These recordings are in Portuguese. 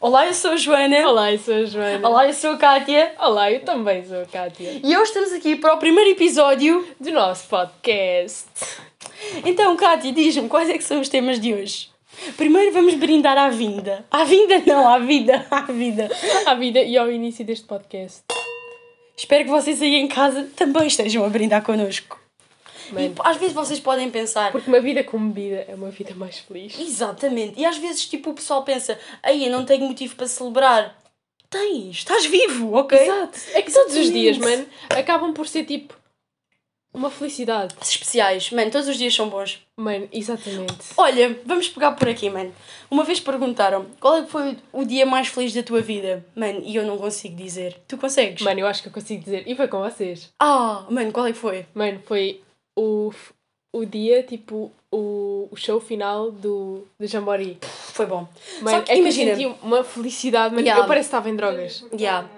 Olá, eu sou a Joana. Olá, eu sou a Joana. Olá, eu sou a Kátia. Olá, eu também sou a Kátia. E hoje estamos aqui para o primeiro episódio. Do nosso podcast. Então, Kátia, diz-me quais é que são os temas de hoje. Primeiro vamos brindar à vinda. À vinda não, à vida, à vida. À vida e ao início deste podcast. Espero que vocês aí em casa também estejam a brindar connosco. E Mano, p- às vezes vocês podem pensar, porque uma vida com bebida é uma vida mais feliz. exatamente, e às vezes tipo o pessoal pensa, aí eu não tenho motivo para celebrar. Tens, estás vivo, ok? Exato. É que todos os Exatamente. dias, mano, acabam por ser tipo uma felicidade. Especiais, mano, todos os dias são bons. Mano, exatamente. Olha, vamos pegar por aqui, mano. Uma vez perguntaram qual é que foi o o dia mais feliz da tua vida? Mano, e eu não consigo dizer. Tu consegues? Mano, eu acho que eu consigo dizer. E foi com vocês. Ah, mano, qual é que foi? Mano, foi o, o dia, tipo, o, o show final do, do Jamboree. Foi bom. Mano, Só que é imagina. que eu senti uma felicidade, mano. Yeah. Eu parece que estava em drogas. Yeah.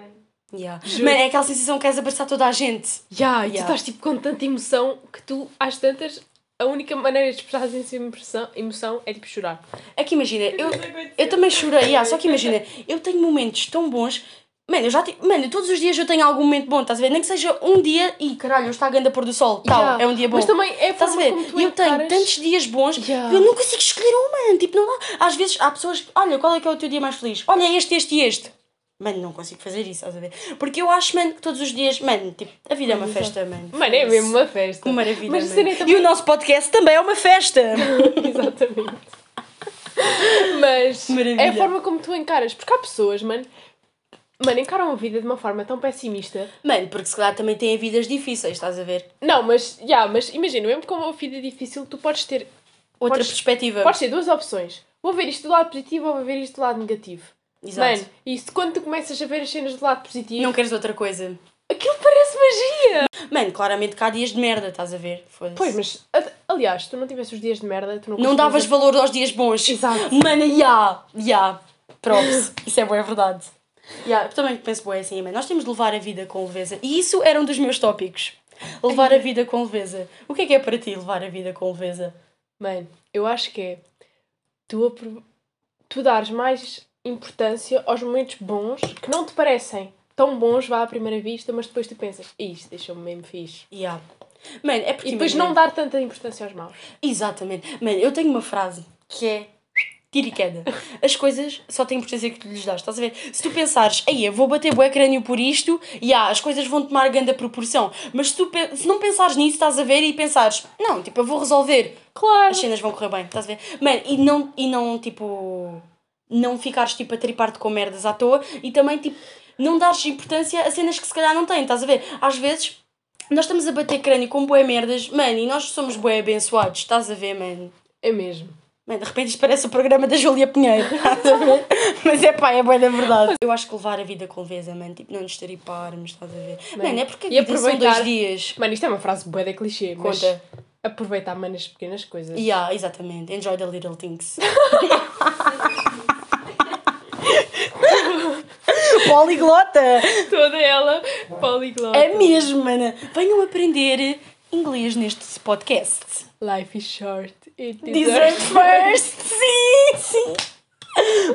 Yeah. Mano, é aquela sensação que queres abraçar toda a gente. Ya, e Ya. tu estás tipo com tanta emoção que tu, às tantas, a única maneira de expressar essa impressão, emoção é tipo chorar. É que imagina, eu, eu também chorei, yeah, só que imagina, eu tenho momentos tão bons. Mano, eu já ti- Mano, todos os dias eu tenho algum momento bom, estás a ver? Nem que seja um dia e caralho, hoje está a ganda pôr do sol. Tal, Ya. é um dia bom. Mas também é a Estás a forma ver? como tu E eu tenho encaras- tantos dias bons Yeah. que eu não consigo escolher um, mano. Tipo, não dá. Às vezes há pessoas que, olha, qual é que é o teu dia mais feliz? Olha, este, este e este. Mano, não consigo fazer isso, estás a ver? Porque eu acho, mano, que todos os dias, mano, tipo, a vida é uma festa, mano. Mano, é mesmo uma festa. Que maravilha. Mas a mano. cena é também... E o nosso podcast também é uma festa. Exatamente. Mas Maravilha. é a forma como tu encaras. Porque há pessoas, mano, mano, encaram a vida de uma forma tão pessimista. mano, porque se calhar também têm vidas difíceis, estás a ver? Não, mas, já, mas imagina, mesmo com uma vida difícil, tu podes ter, Outra Podes- perspectiva. podes ter duas opções. Vou ver isto do lado positivo ou vou ver isto do lado negativo. Exato. Mano, e se quando tu começas a ver as cenas do lado positivo, Não queres outra coisa. aquilo parece magia! Mano, claramente que há dias de merda, estás a ver? Foda-se. Pois, mas a- aliás, tu não tivesse os dias de merda, tu não Não conseguias- davas valor aos dias bons. Exato. Mano, ya, ya. Props. Isso é boa, é verdade. Ya, também penso boa assim, mano. Nós temos de levar a vida com leveza. E isso era um dos meus tópicos. Levar a vida com leveza. O que é que é para ti levar a vida com leveza? Mano, eu acho que é tu, apro- tu dares mais importância aos momentos bons que não te parecem tão bons vá à primeira vista, mas depois tu pensas, isto deixou-me mesmo fixe. Ya. Mano, é porque. E depois imagina- não dar tanta importância aos maus. Exatamente. Mano, eu tenho uma frase que é tira e queda. As coisas só têm importância que tu lhes dás, estás a ver? Se tu pensares, ei, eu vou bater bué crânio por isto, e ah, as coisas vão tomar grande proporção. Mas se, tu, pe- se não pensares nisso, estás a ver, e pensares, não, tipo, eu vou resolver, Claro! as cenas vão correr bem, estás a ver? Mano, e não, e não tipo, não ficares, tipo, a tripar-te com merdas à toa, e também, tipo, não dares importância a cenas que se calhar não têm, estás a ver? Às vezes... Nós estamos a bater crânio com bué merdas, mano, e nós somos bué abençoados, estás a ver, mano? É mesmo. Mano, de repente isto parece o programa da Júlia Pinheiro. estás a ver? Mas é pá, é boa da verdade. Eu acho que levar a vida com leveza, mano. Tipo, não nos tariparmos, estás a ver? Mano, Mano, é porque a e vida são dois aproveitar- dias. Mano, isto é uma frase bué de clichê, mas Conta. aproveitar, mano, as pequenas coisas. Yeah, exatamente. Enjoy the little things. Poliglota! Toda ela poliglota. É mesmo, mana. Venham aprender inglês neste podcast. Life is short. It Dessert deserves... first! Sim, sim!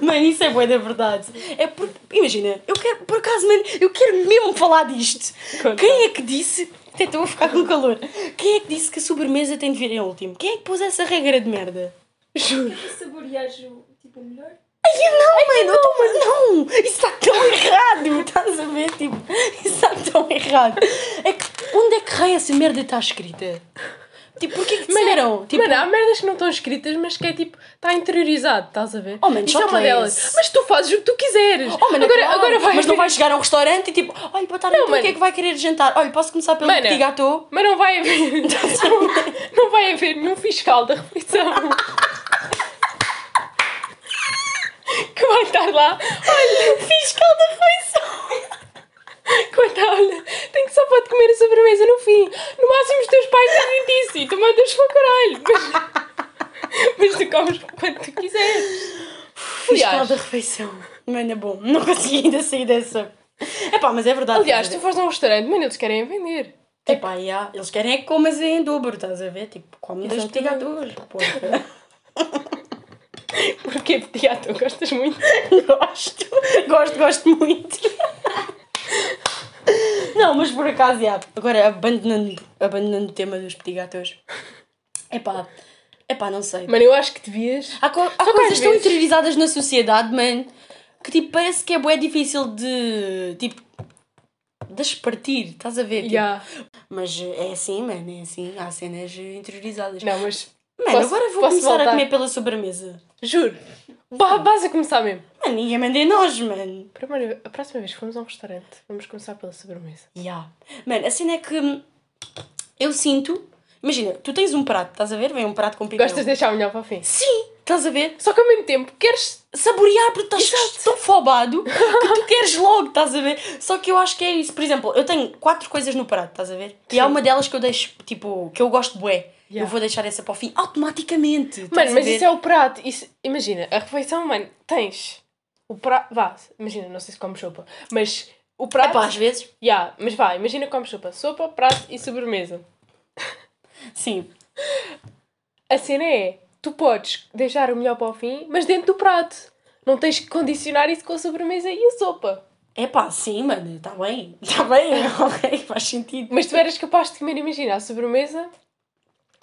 Mano, isso é boa da verdade. É porque, imagina, eu quero, por acaso, mano, eu quero mesmo falar disto. Conta. Quem é que disse. Até estou a ficar com calor. Quem é que disse que a sobremesa tem de vir em último? Quem é que pôs essa regra de merda? Juro. saboreares o tipo o melhor? Ai, eu não, mano, eu estou, mas não! Isso está tão errado! Estás a ver? Tipo, isso está tão errado. É que, onde é que raio essa merda está escrita? Tipo, porquê que disseram? Tipo, Mano, há merdas que não estão escritas, mas que é tipo, está interiorizado, estás a ver? Oh, mano, Isto só é uma tu és. delas. Mas tu fazes o que tu quiseres. Oh, mano, agora, claro, agora vai. Mas não vai chegar a um restaurante e tipo, olha, boa tarde, Não, então, o que é mano. que vai querer jantar? Olha, posso começar pelo Mano. petit gâteau? Mas não vai haver. não vai haver nenhum fiscal da refeição. que vai estar lá. Olha, fiscal da refeição. Quando olha, tenho que só pode comer a sobremesa no fim. No máximo os teus pais dizem disso e tu mandas para o caralho. Mas, mas tu comes quando tu quiseres. Fiscal Aliás. da refeição. Mano, é bom, não consegui ainda sair dessa. É pá, mas é verdade. Aliás, tu estás a ver? fores a um restaurante, mano, eles querem vender. Tipo, aí há- eles querem é que comas em dobro, estás a ver? Tipo, come dois petit Exatamente. gâteau. porra. Porque, Tiago, tu é gostas muito. Gosto. gosto, gosto muito. Não, mas por acaso, já. Agora, abandonando, abandonando o tema dos petigatores. Epá, epá, não sei. Mano, eu acho que devias. Há, co- há que às coisas tão vezes- interiorizadas na sociedade, man, que tipo, parece que é bué difícil de, tipo, despartir, estás a ver? tipo. Yeah. Mas eh, é assim, mano, é assim, há cenas eh, interiorizadas. Não, mas Mano, Posso- agora vou posso começar voltar? a comer pela sobremesa. juro, ba- vais a começar mesmo. Mano, ninguém manda em nós, mano. Primeiro, a próxima vez que formos a um restaurante, vamos começar pela sobremesa. Ya. Mano, a cena é que hum, eu sinto. Imagina, tu tens um prato, estás a ver? Vem um prato com pimenta. Gostas de deixar o melhor para o fim. Sim, estás a ver? Só que ao mesmo tempo, queres. Saborear porque estás tão fobado que tu queres logo, estás a ver? Só que eu acho que é isso. Por exemplo, eu tenho quatro coisas no prato, estás a ver? E há Sim. uma delas que eu deixo, tipo, que eu gosto de bué. Ya. Eu vou deixar essa para o fim automaticamente. estás Mano, a mas ver? isso é o prato. Isso... Imagina, a refeição, mano, tens o prato. Vá, imagina, não sei se comes sopa, mas o prato. Epá, É às vezes. Ya, mas vá, imagina que comes sopa. Sopa, prato e sobremesa. Sim. A cena é, tu podes deixar o melhor para o fim, mas dentro do prato. Não tens que condicionar isso com a sobremesa e a sopa. É pá, sim, mano, está bem. Está bem, ok, faz sentido. Mas tu eras capaz de comer, imagina, a sobremesa,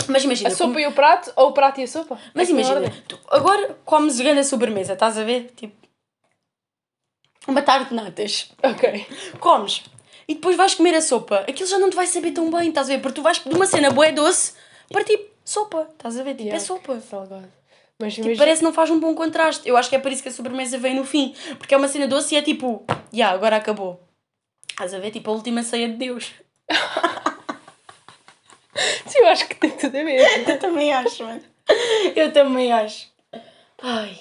Mas imagina, a sopa e o prato, ou o prato e a sopa. Mas É que na imagina, ordem. tu agora comes grande sobremesa, estás a ver? Tipo, uma tarde de natas. Ok. tipo, Comes. E depois vais comer a sopa. Aquilo já não te vai saber tão bem, estás a ver? Porque tu vais de uma cena boa doce para tipo sopa, estás a ver? Tipo, é Yeah, sopa. Salgado. Mas Tipo, imagina. parece que não faz um bom contraste. Eu acho que é por isso que a sobremesa vem no fim. Porque é uma cena doce e é tipo, já, agora acabou. Estás a ver? Tipo, a última ceia de Deus. Sim, eu acho que tem tudo a ver. Eu também acho, mano. Eu também acho. Ai.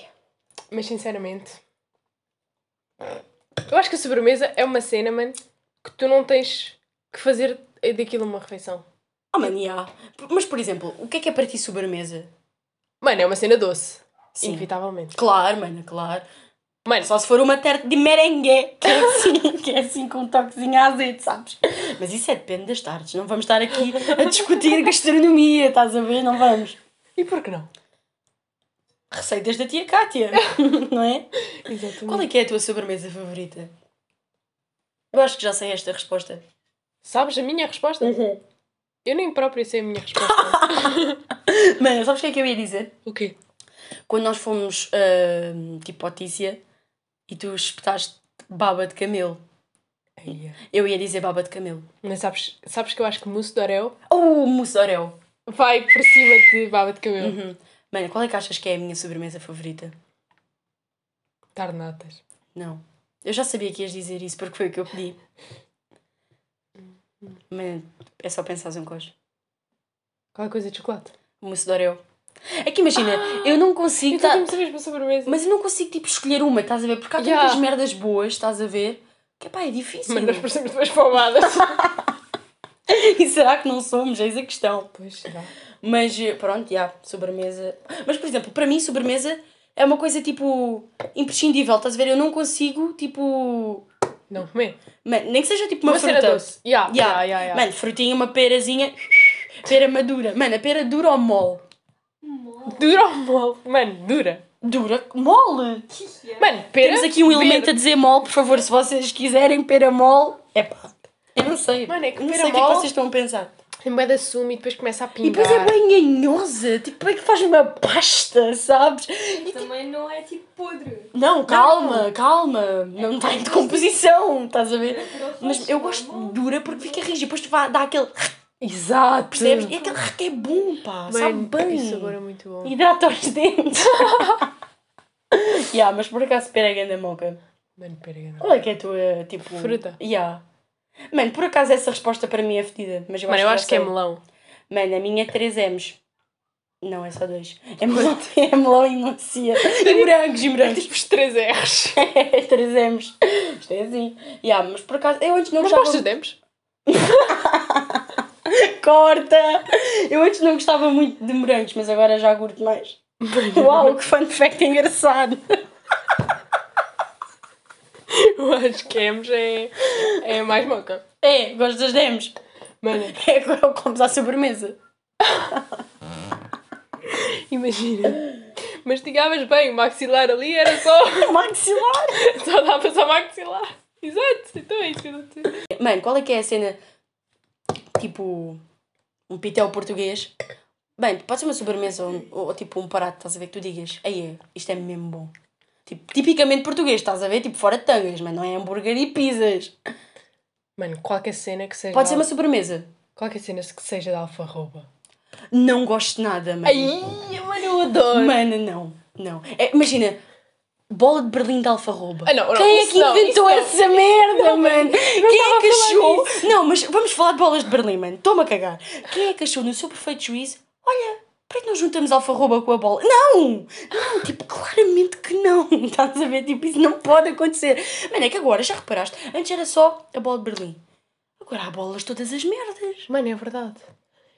Mas sinceramente, eu acho que a sobremesa é uma cena, mano, que tu não tens que fazer daquilo uma refeição. Oh, mano, yeah. Mas, por exemplo, o que é que é para ti sobremesa? Mano, é uma cena doce. Sim. Inevitavelmente. Claro, mano, claro. Mano, Só se for uma tarte de merengue, que é assim, que é assim com um toquezinho azeite, sabes? Mas isso é depende das tardes. Não vamos estar aqui a discutir gastronomia, estás a ver? Não vamos. e por que não? Receitas da tia Cátia, não é? Exatamente. Qual é que é a tua sobremesa favorita? Eu acho que já sei esta resposta. Sabes a minha resposta? Hum. Eu nem própria sei a minha resposta. Mano, sabes o que é que eu ia dizer? o quê? Quando nós fomos, ah, tipo, à Tícia, e tu espetaste baba de camelo. Eu ia dizer baba de camelo. Mas sabes, sabes que eu acho que mousse de orel Ou oh, mussarel. vai por cima de baba de cabelo. Uhum. Mano, qual é que achas que é a minha sobremesa favorita? Tarnatas. Não. Eu já sabia que ias dizer isso porque foi o que eu pedi. Mano, é só pensar em coisa. Qualquer coisa de chocolate. Mousse de Oreo. É que imagina, eu não consigo. Então tá- temos a mesma sobremesa. Mas eu não consigo tipo escolher uma, estás a ver? Porque há tantas Yeah. merdas boas, estás a ver? Que pá, é difícil. Mas nós parecemos duas palmadas. E será que não somos? Eis a questão. pois será. Mas eh, pronto, já, sobremesa. Mas por exemplo, para mim, sobremesa é uma coisa tipo imprescindível, estás a ver? Eu não consigo tipo. Não comer. Mano, nem que seja tipo Uma, uma, cena fruta. Ah, doce. Ya, Yeah. ya, ya, ya. Mano, frutinha, uma perazinha. Pera madura. Mano, a pera dura ou mole? Mó. Dura ou mole? Mano, dura. Dura? Mole? Que é? Mano, pera. Temos aqui um verde. elemento a dizer mole, por favor, se vocês quiserem pera mole. É pá. Eu não sei. Mano, é que Eu não pera sei o que é que mole- vocês estão a pensar. Tem bué de assumo e depois começa a pingar. E depois é bem ganhosa. Tipo, como é que faz uma pasta, sabes? Mas também não é tipo podre. Não, calma, calma. Não está em decomposição, estás a ver? Mas eu gosto de muito. dura porque fica rígida. Depois tu vá, dá aquele. Exato. Percebes? E aquele que é bom, pá. Sabe bem. Isso agora é muito bom. Hidrata os dentes. yeah, mas por acaso pera é grande moca. Mano, pera. eu não- Qual é que é a tua, tipo... Fruta. Yeah. Mano, por acaso essa resposta para mim é fedida. Mas eu Mano, acho eu acho que é já sei. melão. Mano, a minha é 3 M's. Não, é só dois. É melão, é melão e melancia. E morangos, e morangos. Tipo os três R's. É 3 M's. Isto é assim. Yeah, mas por acaso... Eu antes não Não gostava... gostas de demos? Corta! Eu antes não gostava muito de morangos, mas agora já curto mais. Uau, que fun fact engraçado. Eu acho que M's é, é mais moca. É, gosto das M's. Mano, É que eu comes à sobremesa. imagina. mastigavas bem, o maxilar ali era só. Maxilar! só dava só maxilar. Exato, então é isso que eu estou a dizer. Mano, qual é que é a cena? Tipo, um pitel português. Bem, pode ser uma sobremesa ou, ou, tipo um parado, estás a ver? Que tu digas, aí isto é mesmo bom. Tipo, tipicamente português, estás a ver? Tipo, fora de tangas, mas não é hambúrguer e pizzas. Mano, qualquer cena que seja. Pode ser de uma al- sobremesa. Qualquer cena que seja de alfarroba. Não gosto de nada, mano. Ai, mano, eu adoro. Mano, não, não. É, imagina, bola de Berlim de alfarroba. Ah, não, não, Quem é isso que não, inventou isso não. essa merda, mano? Quem estava é a que falar achou? Não, mas vamos falar de bolas de Berlim, mano. Toma a cagar. Quem é que achou no seu perfeito juízo? Olha, para que não juntamos alfarroba com a bola? Não! Não, tipo, claramente que não. Estás a ver? Tipo, isso não pode acontecer. Mano, é que agora, já reparaste? Antes era só a bola de Berlim. Agora há bolas de todas as merdas. Mano, é verdade.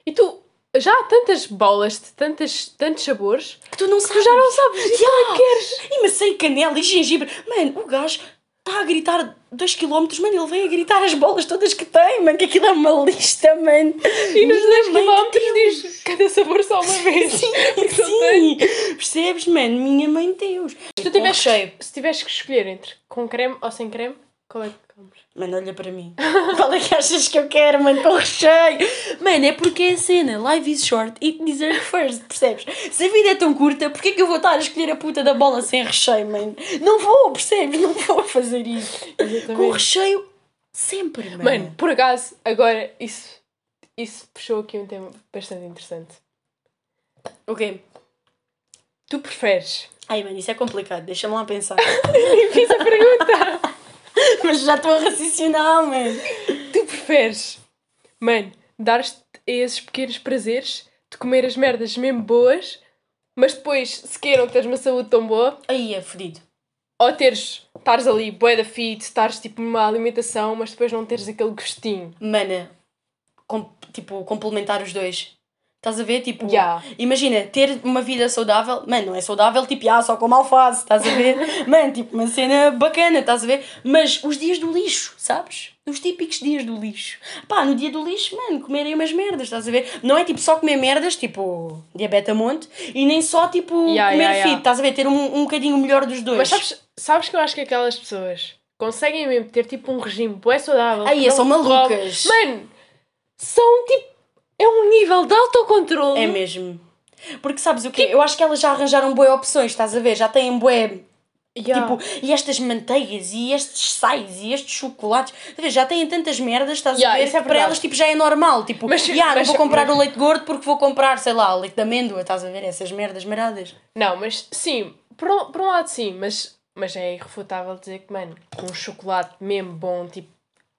E tu, já há tantas bolas de tantas, tantos sabores Que tu não que tu sabes. já não sabes e Ya! yeah. queres. E maçã e canela e gengibre. Mano, o gajo está a gritar 2km, mano, ele vem a gritar as bolas todas que tem, mano, que aquilo é uma lista, mano. E nos Minha 10 mãe que km diz cada sabor só uma vez. Sim, Porque só tem. Sim, percebes, mano? Minha mãe de Deus. Se tu tivesse, se tivesse que escolher entre com creme ou sem creme, qual é que comes? Mano, olha para mim. Qual é que achas que eu quero, mano, com recheio? Mano, é porque é a cena. Life is short, eat dessert first, percebes? Se a vida é tão curta, porquê é que eu vou estar a escolher a puta da bola sem recheio, mano? Não vou, percebes? Não vou fazer isso. Com Exatamente. recheio, sempre, mano. Mano, por acaso, agora isso, isso puxou aqui um tema bastante interessante. o quê? Tu preferes? Ai, mano, isso é complicado, deixa-me lá pensar. Fiz a pergunta. Mas já estou a raciocinar, mano. tu preferes, mano, dar-te a esses pequenos prazeres de comer as merdas mesmo boas, mas depois, se queiram que tens uma saúde tão boa, Aí é fodido. ou teres, estares ali bué da fit, estares tipo numa alimentação, mas depois não teres aquele gostinho. Mana, com- tipo, complementar os dois. Estás a ver? Tipo, Ya. imagina, ter uma vida saudável, mano, não é saudável, tipo, ah, só como alface, estás a ver? mano, tipo, uma cena bacana, estás a ver? Mas os dias do lixo, sabes? Os típicos dias do lixo. Pá, no dia do lixo, mano, comerem umas merdas, estás a ver? Não é tipo só comer merdas, tipo, diabetes a monte, e nem só tipo Ya, comer ya, ya. fit, estás a ver? Ter um, um bocadinho melhor dos dois. Mas sabes, sabes que eu acho que aquelas pessoas conseguem mesmo ter tipo um regime bué saudável. Ai, que não são malucas. comem. Mano, são tipo. É um nível de autocontrole. É mesmo. Porque sabes o quê? Tipo Eu acho que elas já arranjaram boé opções, estás a ver? Já têm boé. Yeah. Tipo, e estas manteigas, e estes sais, e estes chocolates. Estás a ver? Já têm tantas merdas, estás Yeah, a ver? isso é para verdade. elas tipo, já é normal. Tipo, Mas- "Ya, mas- não vou comprar mas- o leite gordo porque vou comprar, sei lá, leite de amêndoa, estás a ver? Essas merdas maradas. Não, mas sim, por um, por um lado sim, mas, mas é irrefutável dizer que, mano, com um chocolate mesmo bom, tipo.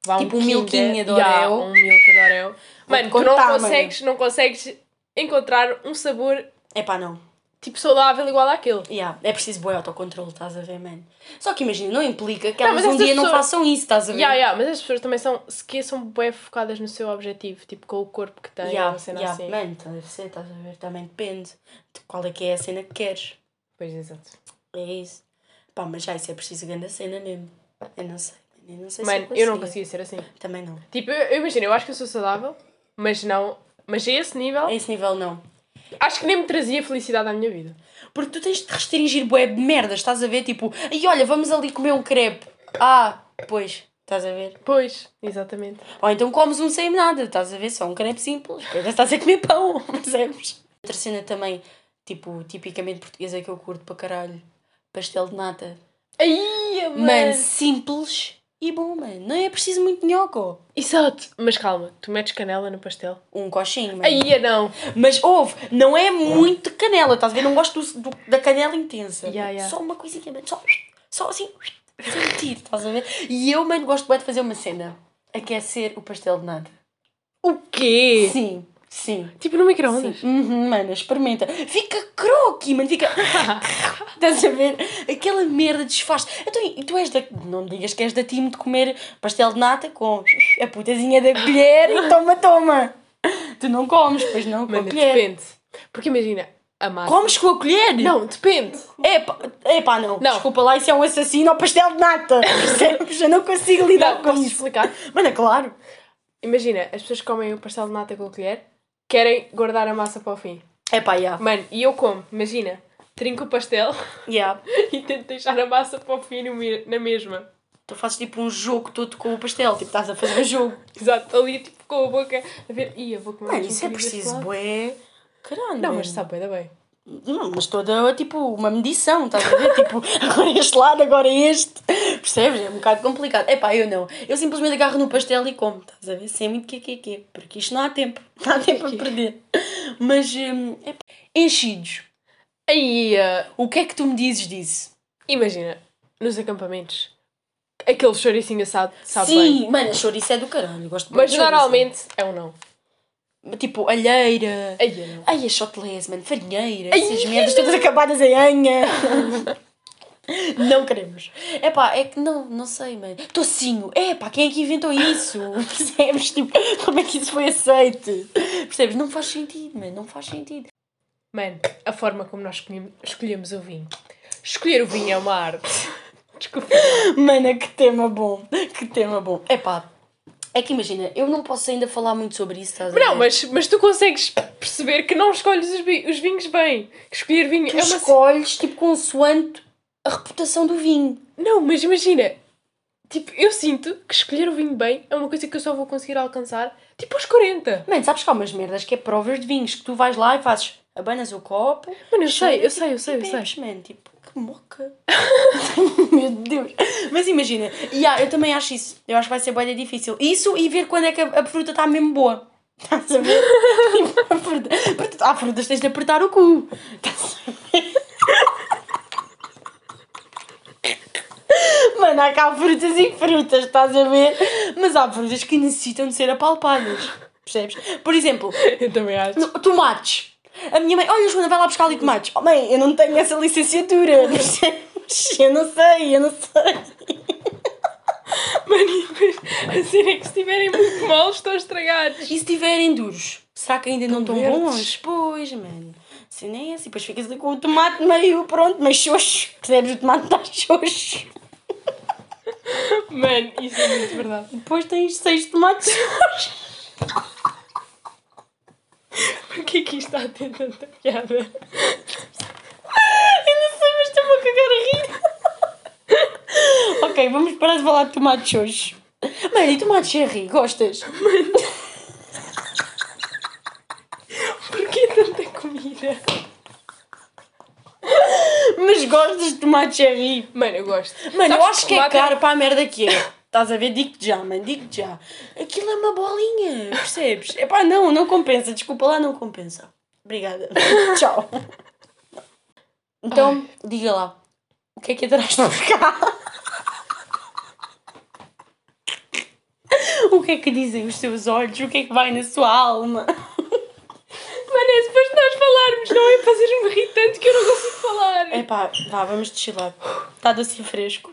Vá Tipo um milquinho de yeah, Oreo. um milk de Oreo. Mano, tu não contar, mano. consegues, não consegues encontrar um sabor É pá, não. tipo saudável igual àquele. Yeah, é preciso boé autocontrole, estás a ver, mano? Só que imagina, não implica que Não, elas mas um estas dia não pessoas- façam isso, estás a ver? Yeah, yeah, mas as pessoas também são, sequer são bem focadas no seu objetivo, tipo com o corpo que têm, Yeah, uma cena yeah. assim. Mano, tá, deve ser, estás a ver? Também depende de qual é que é a cena que queres. Pois exato. É isso. Pá, mas já isso é preciso grande a cena mesmo. Eu não sei. Eu não sei Mano, se eu não conseguia ser assim. Também não. Tipo, eu, eu imagino, eu acho que eu sou saudável, mas não. Mas a esse nível, A esse nível não. acho que nem me trazia felicidade à minha vida. Porque tu tens de te restringir bué de merdas, estás a ver? Tipo, e olha, vamos ali comer um crepe. Ah, pois, estás a ver? Pois, exatamente. Ou então comes um sem nada, estás a ver? Só um crepe simples. Depois estás a comer pão, percebes? Outra cena também, tipo, tipicamente portuguesa que eu curto para caralho. Pastel de nata. Ai, Mano, simples e bom, mano. Não é preciso muito nhoco. Exato. Mas calma, tu metes canela no pastel? Um coxinho, mano. Ai, é não. Mas houve, não é muito canela, estás a ver? Não gosto do- do- da canela intensa. Ya, ya. Só uma coisinha, mano. Só, só assim, sentir, estás a ver? E eu, mano, gosto bem de fazer uma cena: aquecer o pastel de nada. O quê? Sim, sim. Tipo no micro-ondas? Uhum, mano, experimenta. Fica croque, mano, fica. Estás a ver? Aquela merda desfaz. Então, e tu és da. Não me digas que és da time de comer pastel de nata com a putazinha da colher e toma, toma. Tu não comes, pois não, com a Mano, colher. depende. Porque imagina, a massa... Comes com a colher? Não, depende. Epá, epá não. Não. Desculpa lá, isso é um assassino ao pastel de nata. Percebes? Eu não consigo lidar Não, com posso isso. explicar? Mano, é claro. Imagina, as pessoas que comem o pastel de nata com a colher querem guardar a massa para o fim. Epá, já. Mano, e eu como, imagina. trinco o pastel Yeah. e tento deixar a massa para o fim no mi- na mesma. Tu fazes tipo um jogo todo com o pastel, tipo, estás a fazer um jogo. Exato, ali tipo com a boca a ver. Ih, eu vou comer Mano, mais um isso é bocadinho deste preciso, lado." bué. Caralho. Não, mano. mas sabe, ainda bem. Não, mas toda tipo uma medição, estás a ver? tipo, agora este lado, agora este. Percebes? É um bocado complicado. É pá, eu não. Eu simplesmente agarro no pastel e como, estás a ver? Sem muito que que que, porque isto não há tempo. Não há tempo a perder. Mas, hum, epá, enchidos. Aí, ah, O que é que tu me dizes disso? imagina, nos acampamentos, aquele choricinho assado sabe Sim, assim. bem. mano, chouriço é do caralho. eu Gosto bué Mas de chouriço. normalmente é um não. Tipo, alheira. Aí eu não. Ai, a shotless, mano, farinheira, Ai, essas merdas todas acabadas em anha. Não queremos. É pá, é que não, não sei, mano. Tocinho, é pá, quem é que inventou isso? Percebes? Tipo, como é que isso foi aceito? Percebes? Não faz sentido, mano, não faz sentido. Mano, a forma como nós escolhemos, escolhemos o vinho. Escolher o vinho é uma arte. Desculpa. Mano, que tema bom, que tema bom. É pá, é que imagina, eu não posso ainda falar muito sobre isso, estás a ver? Não, mas, mas tu consegues perceber que não escolhes os, vi- os vinhos bem. Que escolher vinho Tu é uma. escolhes, tipo, consoante a reputação do vinho. Não, mas imagina. Tipo, eu sinto que escolher o vinho bem é uma coisa que eu só vou conseguir alcançar tipo aos 40. Mano, sabes que há umas merdas que é provas de vinhos que tu vais lá e fazes, abanas o copo. Mano, Chora, eu sei, eu tipo, sei, eu sei, eu e sei. bebes, man, tipo, que moca. Meu Deus. Mas imagina, yeah, eu também acho isso. Eu acho que vai ser boeda difícil. Isso e ver quando é que a, a fruta está mesmo boa. Estás a ver? Tipo, a fruta. porque Há frutas que tens de apertar o cu. Estás a ver? Mano, há cá frutas e frutas, estás a ver? Mas há frutas que necessitam de ser apalpadas. Percebes? Por exemplo, Eu também acho. no- Tomates. A minha mãe, olha Joana, vai lá buscar ali tomates. Oh, mãe, eu não tenho essa licenciatura, percebes? Eu não sei, eu não sei. Mano, mas a cena é que se estiverem muito mal, estão estragados. E se tiverem duros, será que ainda não estão verdes. bons? Pois, mano. Se nem é assim, depois ficas ali com o tomate meio pronto, mas xoxo. Percebes? O tomate está xoxo. Mano, isso é muito verdade. Depois tens seis tomates xoxos. Porquê que isto está a ter tanta piada? Eu não sei, mas estou-me a cagar a rir. ok, vamos parar de falar de tomates hoje. Mano, e tomate cherry, gostas? Porquê tanta comida? Mas gostas de tomate cherry? Mano, eu gosto. Mano, eu Sabes acho que é tomate caro para a merda que é. Estás a ver? Digo-te já, mano, digo-te já. Aquilo é uma bolinha, percebes? É pá, não, não compensa. Desculpa lá, não compensa. Obrigada. Tchau. Então, diga lá. O que é que atrás de buscar? O que é que dizem os seus olhos? O que é que vai na sua alma? Mano, é depois nós falarmos, não é fazer-me rir tanto que eu não consigo falar. É pá, vá, vamos deschilar. Está doce e fresco.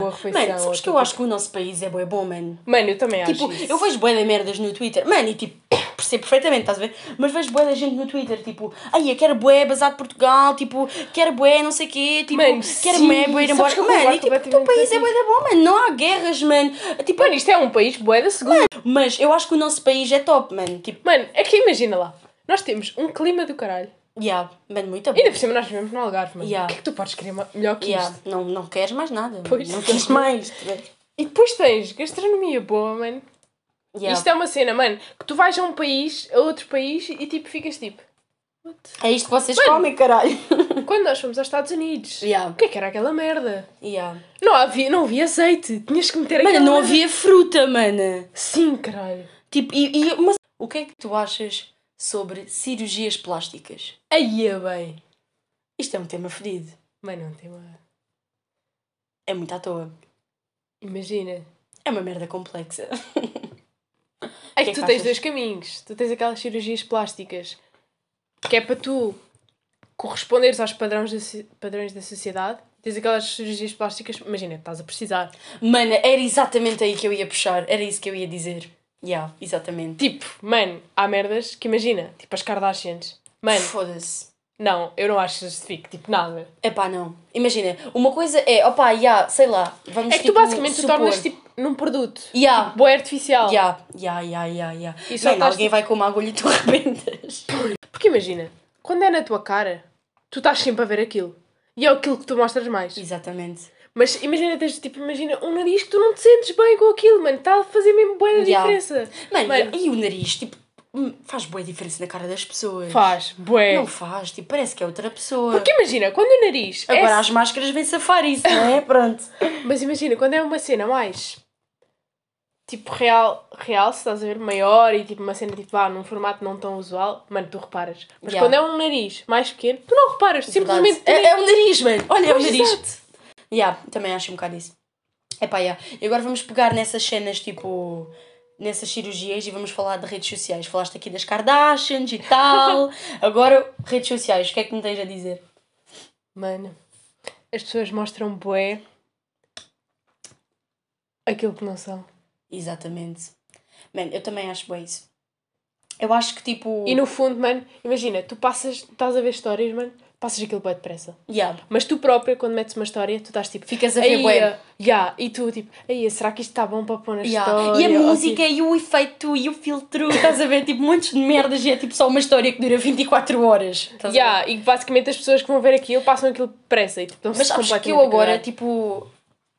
boa refeição. Mano, sabes que eu acho que o nosso país é bué bom, mano. Mano, eu também Tipo, acho. isso. eu vejo bué de merdas no Twitter. Mano, e tipo, percebo perfeitamente, estás a ver? Mas vejo bué da gente no Twitter, tipo, ai, eu quero bué, bazar de Portugal, tipo, quero bué, não sei o quê, tipo, Mano, quero sim. bué, bué, ir embora. Sabes que eu Mano, e concordo tipo, o teu completamente país é contigo. bué da bom, mano. Não há guerras, mano. Tipo, Mano, isto é um país bué da segura. mas eu acho que o nosso país é top, mano. Tipo, Mano, é que imagina lá. Nós temos um clima do caralho. yeah, mano, muito bom. Ainda por cima nós vivemos no Algarve, mano. Yeah. O que é que tu podes querer ma- melhor que Yeah, isto? não, não queres mais nada. Pois. não queres mais. tá E depois tens gastronomia boa, mano. Yeah. Isto é uma cena, mano, que tu vais a um país, a outro país e tipo ficas tipo. É isto que vocês comem, caralho. Quando nós fomos aos Estados Unidos, Yeah. o que é que era aquela merda? Yeah. Não havia, não havia azeite, tinhas que meter Mano, aquela não merda. havia fruta, mano. Sim, caralho. Tipo, e, e- mas o que é que tu achas sobre cirurgias plásticas? Aí é bem. Isto é um tema fedido. Mano, não tem uma. É muito à toa. Imagina. É uma merda complexa. que É que, é que tu achas? tens dois caminhos. Tu tens aquelas cirurgias plásticas que é para tu corresponderes aos padrões da, so- padrões da sociedade. Tens aquelas cirurgias plásticas, imagina, que estás a precisar. Mano, era exatamente aí que eu ia puxar. Era isso que eu ia dizer. Ya, exatamente. Tipo, mano, há merdas que imagina, tipo as Kardashians. Mano, Foda-se. não, eu não acho que justifique, tipo, nada. Epá, não. Imagina, uma coisa é, opá, ya, sei lá, vamos É que tu basicamente tu tornas tipo num produto. Ya, Boa artificial. ya, ya, ya, ya, ya. E só Mano, estás, tipo alguém vai com uma agulha e tu arrebentas. Porque imagina, quando é na tua cara, tu tu estás sempre a ver aquilo. E é aquilo que tu mostras mais. Exatamente. Mas imagina, tens tipo, imagina um nariz que tu não te sentes bem com aquilo, mano. Está a fazer mesmo boa Ya. diferença. Mano, Mano. e o nariz, tipo, hum, faz boa diferença na cara das pessoas. Faz, bué. Não faz, tipo, parece que é outra pessoa. É. Porque imagina, quando o nariz. é Agora as máscaras vêm safar isso, não é? Pronto. Mas imagina, quando é uma cena mais tipo real, real, se estás a ver, maior e tipo uma cena tipo vá num formato não tão usual, mano, tu reparas. Mas Ya. quando é um nariz mais pequeno, tu não reparas, simplesmente Verdade. nem- É, é o nariz, mano. Olha, é o Pois, nariz. exato. Yeah, também acho um bocado isso. Epá, yeah. E agora vamos pegar nessas cenas, tipo... Nessas cirurgias e vamos falar de redes sociais. Falaste aqui das Kardashians e tal. Agora, redes sociais. O que é que me tens a dizer? Mano, as pessoas mostram bué aquilo que não são. Exatamente. Mano, eu também acho bem isso. Eu acho que, tipo... E no fundo, mano, imagina, tu passas, estás a ver histórias, mano, passas aquilo bué depressa. Yeah. Mas tu própria, quando metes uma história, tu estás tipo. Ficas a ver "Ai, bué." ah, Ya, e tu tipo, aí, será que isto está bom para pôr na Yeah. história? E a Ou, tipo, música e o efeito e o filtro, estás a ver? Tipo, montes de merdas e é tipo só uma história que dura 24 horas. Estás a ver? Yeah, e basicamente as pessoas que vão ver aquilo passam aquilo depressa e tipo, estão Mas sabes que eu agora, tipo,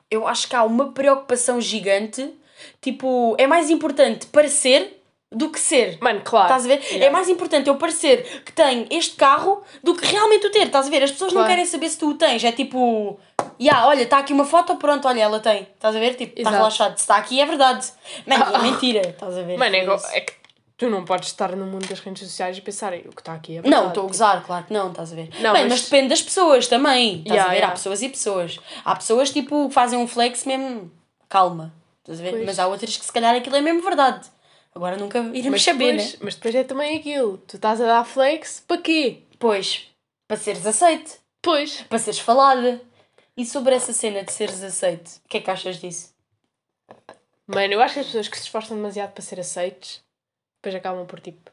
eu acho que há uma preocupação gigante. Tipo, é mais importante parecer do que ser. Mano, claro. Estás a ver? Yeah. É mais importante eu parecer que tenho este carro do que realmente o ter. Estás a ver? As pessoas não Claro. querem saber se tu o tens. É tipo, yeah, olha, está aqui uma foto, pronto, olha, ela tem. Estás a ver? Tipo, está Exato. relaxado. Se está aqui, é verdade. Mano, e é mentira. Estás a ver? Mano, é, Foi igual- isso. é que tu não podes estar no mundo das redes sociais e pensar "Ei, o que está aqui é Não, verdade." estou a gozar, claro que não, estás a ver. Não, Bem, mas... mas- depende das pessoas também. Estás a Yeah, ver? Há yeah. pessoas e pessoas. Há pessoas tipo que fazem um flex mesmo calma. Estás a ver? Pois. Mas há outras que se calhar aquilo é mesmo verdade. Agora nunca iremos mas saber, depois, né? Mas depois é também aquilo. Tu estás a dar flex para quê? Pois, para seres aceite, Pois. para seres falada. E sobre essa cena de seres aceite, o que é que achas disso? Mano, eu acho que as pessoas que se esforçam demasiado para ser aceites, depois acabam por tipo.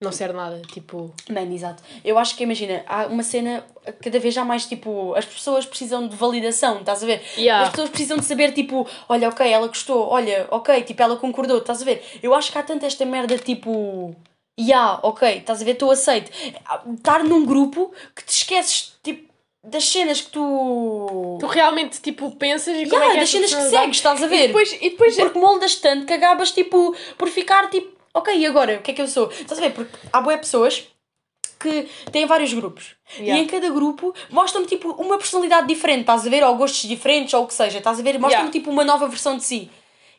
Não ser nada. Tipo. Mano, exato. Eu acho que, imagina, há uma cena, cada vez há mais, tipo, as pessoas precisam de validação, estás a ver? Yeah. As pessoas precisam de saber, tipo, olha, ok, ela gostou, olha, ok, tipo, ela concordou, estás a ver? Eu acho que há tanto esta merda, tipo, ya, ok, estás a ver, estou aceito. Estar num grupo que te esqueces, tipo, das cenas que tu... Tu realmente tipo pensas e como Ya, é que é das a cenas que personalidade. segues, estás a ver? E depois, e depois Porque moldas tanto que acabas, tipo, por ficar, tipo, ok, e agora? O que é que eu sou? Estás a ver? Porque há boé pessoas que têm vários grupos. Yeah. E em cada grupo mostram-me, tipo, uma personalidade diferente, estás a ver? Ou gostos diferentes, ou o que seja, estás a ver? Mostram-me, Yeah. tipo, uma nova versão de si.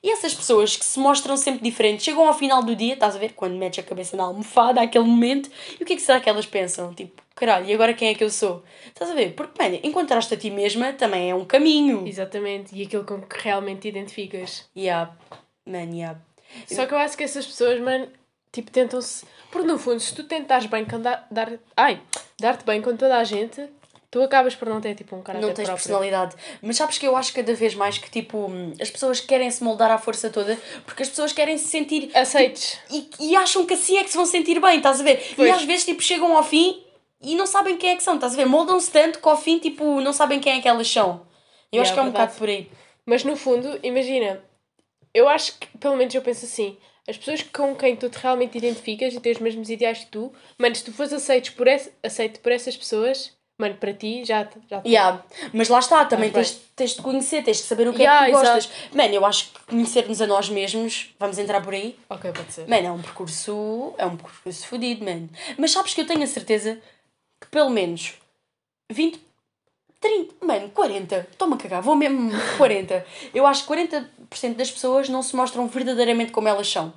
E essas pessoas que se mostram sempre diferentes chegam ao final do dia, estás a ver? Quando metes a cabeça na almofada, aquele momento, e o que é que será que elas pensam? Tipo, caralho, e agora quem é que eu sou? Estás a ver? Porque, mano, encontrar-te a ti mesma também é um caminho. Exatamente, e aquilo com que realmente te identificas. Yeah. Man, yeah. Só que eu acho que essas pessoas, mano, tipo, tentam-se. Porque no fundo, se tu tentares bem com da- dar, ai, dar-te bem com toda a gente, tu acabas por não ter tipo um caráter Não tens próprio. personalidade. Mas sabes que eu acho cada vez mais que, tipo, hum, as pessoas querem se moldar à força toda porque as pessoas querem se sentir. Aceites. E, e acham que assim é que se vão sentir bem, estás a ver? E Pois. às vezes, tipo, chegam ao fim e não sabem quem é que são, estás a ver? Moldam-se tanto que ao fim, tipo, não sabem quem é que elas são. Eu Yeah, acho que é um verdade. bocado por aí. Mas no fundo, imagina, eu acho que, pelo menos eu penso assim, as pessoas com quem tu te realmente identificas e tens os mesmos ideais que tu, mano, se tu fores aceites por esse, aceito por essas pessoas, mano, para ti já te- já te- Yeah. Mas lá está, também Mas tens, tens de conhecer, tens de saber o que é que Yeah, tu gostas. Mano, eu acho que conhecermos a nós mesmos, vamos entrar por aí? Ok, pode ser. Mano, é um percurso. É um percurso fodido, mano. Mas sabes que eu tenho a certeza que pelo menos 20, 30, mano, 40. Estou-me a cagar, vou mesmo 40. Eu acho que 40% das pessoas não se mostram verdadeiramente como elas são.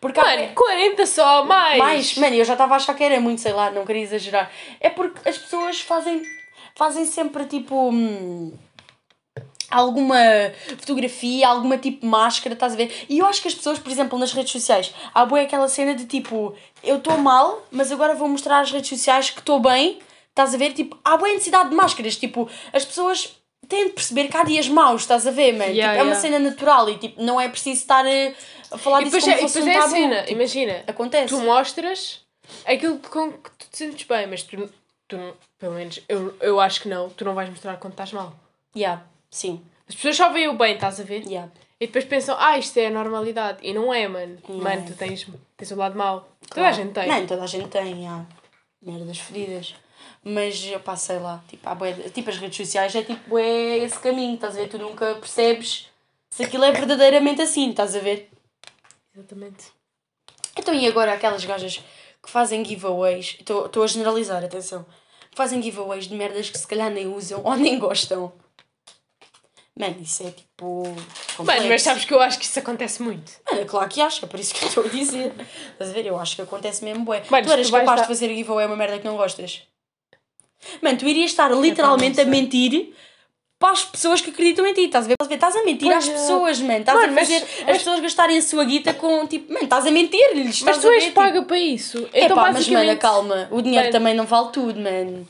Porque há- Mano, 40 só, mais! é- mais, mano, eu já estava a achar que era muito, sei lá, não queria exagerar. É porque as pessoas fazem, fazem sempre tipo. hum, alguma fotografia, alguma tipo máscara, estás a ver? E eu acho que as pessoas, por exemplo, nas redes sociais, há boa aquela cena de tipo, eu estou mal, mas agora vou mostrar às redes sociais que estou bem, estás a ver? Tipo, há boa necessidade de máscaras, tipo, as pessoas. têm de perceber que há dias maus, estás a ver, mano? Yeah, Tipo, É uma yeah. cena natural e tipo, não é preciso estar eh, a falar E disso depois como é, e fosse depois um é a tabu. cena, Tipo, imagina. acontece. Tu mostras aquilo com que tu te sentes bem, mas tu, tu não- pelo menos eu, eu acho que não, tu não vais mostrar quando estás mal. Yeah, sim, As pessoas só veem o bem, estás a ver? yeah. E depois pensam, ah, isto é a normalidade. E não é, mano. Não mano, é. tu tens, tens o lado mau. Toda a gente tem. Não, toda a gente tem, há merdas feridas. Mas, pá, sei lá, tipo, há bué de- tipo as redes sociais é tipo, é esse caminho, estás a ver? Tu nunca percebes se aquilo é verdadeiramente assim, estás a ver? Exatamente. Então, e agora aquelas gajas que fazem giveaways, estou a generalizar, atenção, fazem giveaways de merdas que se calhar nem usam ou nem gostam. Mano, isso é tipo. complexo. Mano, mas sabes que eu acho que isso acontece muito. Mano, claro que acho, é por isso que eu estou a dizer. Estás a ver? Eu acho que acontece mesmo, bué. Mano, tu eras tu vais capaz dar- de fazer giveaway uma merda que não gostas. Mano, tu irias estar literalmente a sei. mentir para as pessoas que acreditam em ti, estás a ver? Estás a ver? Estás a mentir Pois às é. pessoas, mano. Estás Mano, a mas- fazer as pessoas gastarem a sua guita com tipo, mano, estás a mentir-lhes. estás Mas a tu ver? és Tipo, paga para isso. Epá, Então, mas mana, basicamente... calma, o dinheiro Mano. também não vale tudo, mano.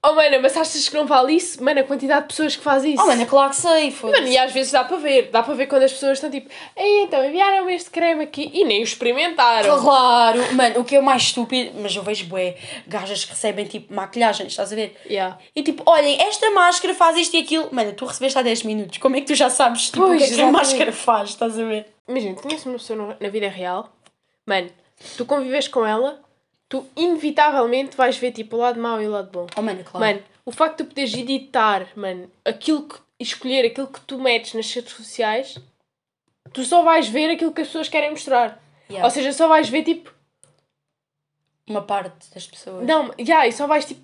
Oh, mana, mas achas que não vale isso? Mano, a quantidade de pessoas que faz isso. Oh, mana, claro que sei, foda Mano, e às vezes dá para ver. Dá para ver quando as pessoas estão tipo, Ei, então enviaram este creme aqui e nem o experimentaram. Claro, mano, o que é o mais estúpido, mas eu vejo bué, gajas que recebem tipo maquilhagens, estás a ver? Yeah. E tipo, olhem, esta máscara faz isto e aquilo. Mano, tu recebeste há 10 minutos. Como é que tu já sabes tipo, o Pois, que é que a exatamente. máscara faz? Estás a ver? Imagina, tinhas uma pessoa no- na vida real, mano, tu convives com ela, tu inevitavelmente vais ver tipo o lado mau e o lado bom. Oh, mano, claro. Mano, o facto de tu poderes editar, mano, aquilo que escolher aquilo que tu metes nas redes sociais, tu só vais ver aquilo que as pessoas querem mostrar. Yeah. Ou seja, só vais ver tipo, Uma parte das pessoas. não, já, e só vais tipo.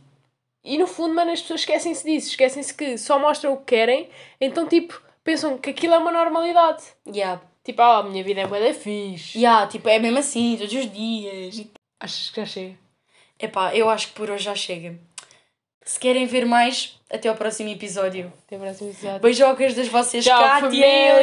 E no fundo, mano, as pessoas esquecem-se disso, esquecem-se que só mostram o que querem, então tipo, pensam que aquilo é uma normalidade. Yeah. Tipo, ah, a minha vida é bué da fixe. Yeah, tipo, é mesmo assim, todos os dias. E- Achas que já chega? Epá, eu acho que por hoje já chega. Se querem ver mais, até ao próximo episódio. Até o próximo episódio. Beijocas das vossas Tchau, Cátias. família.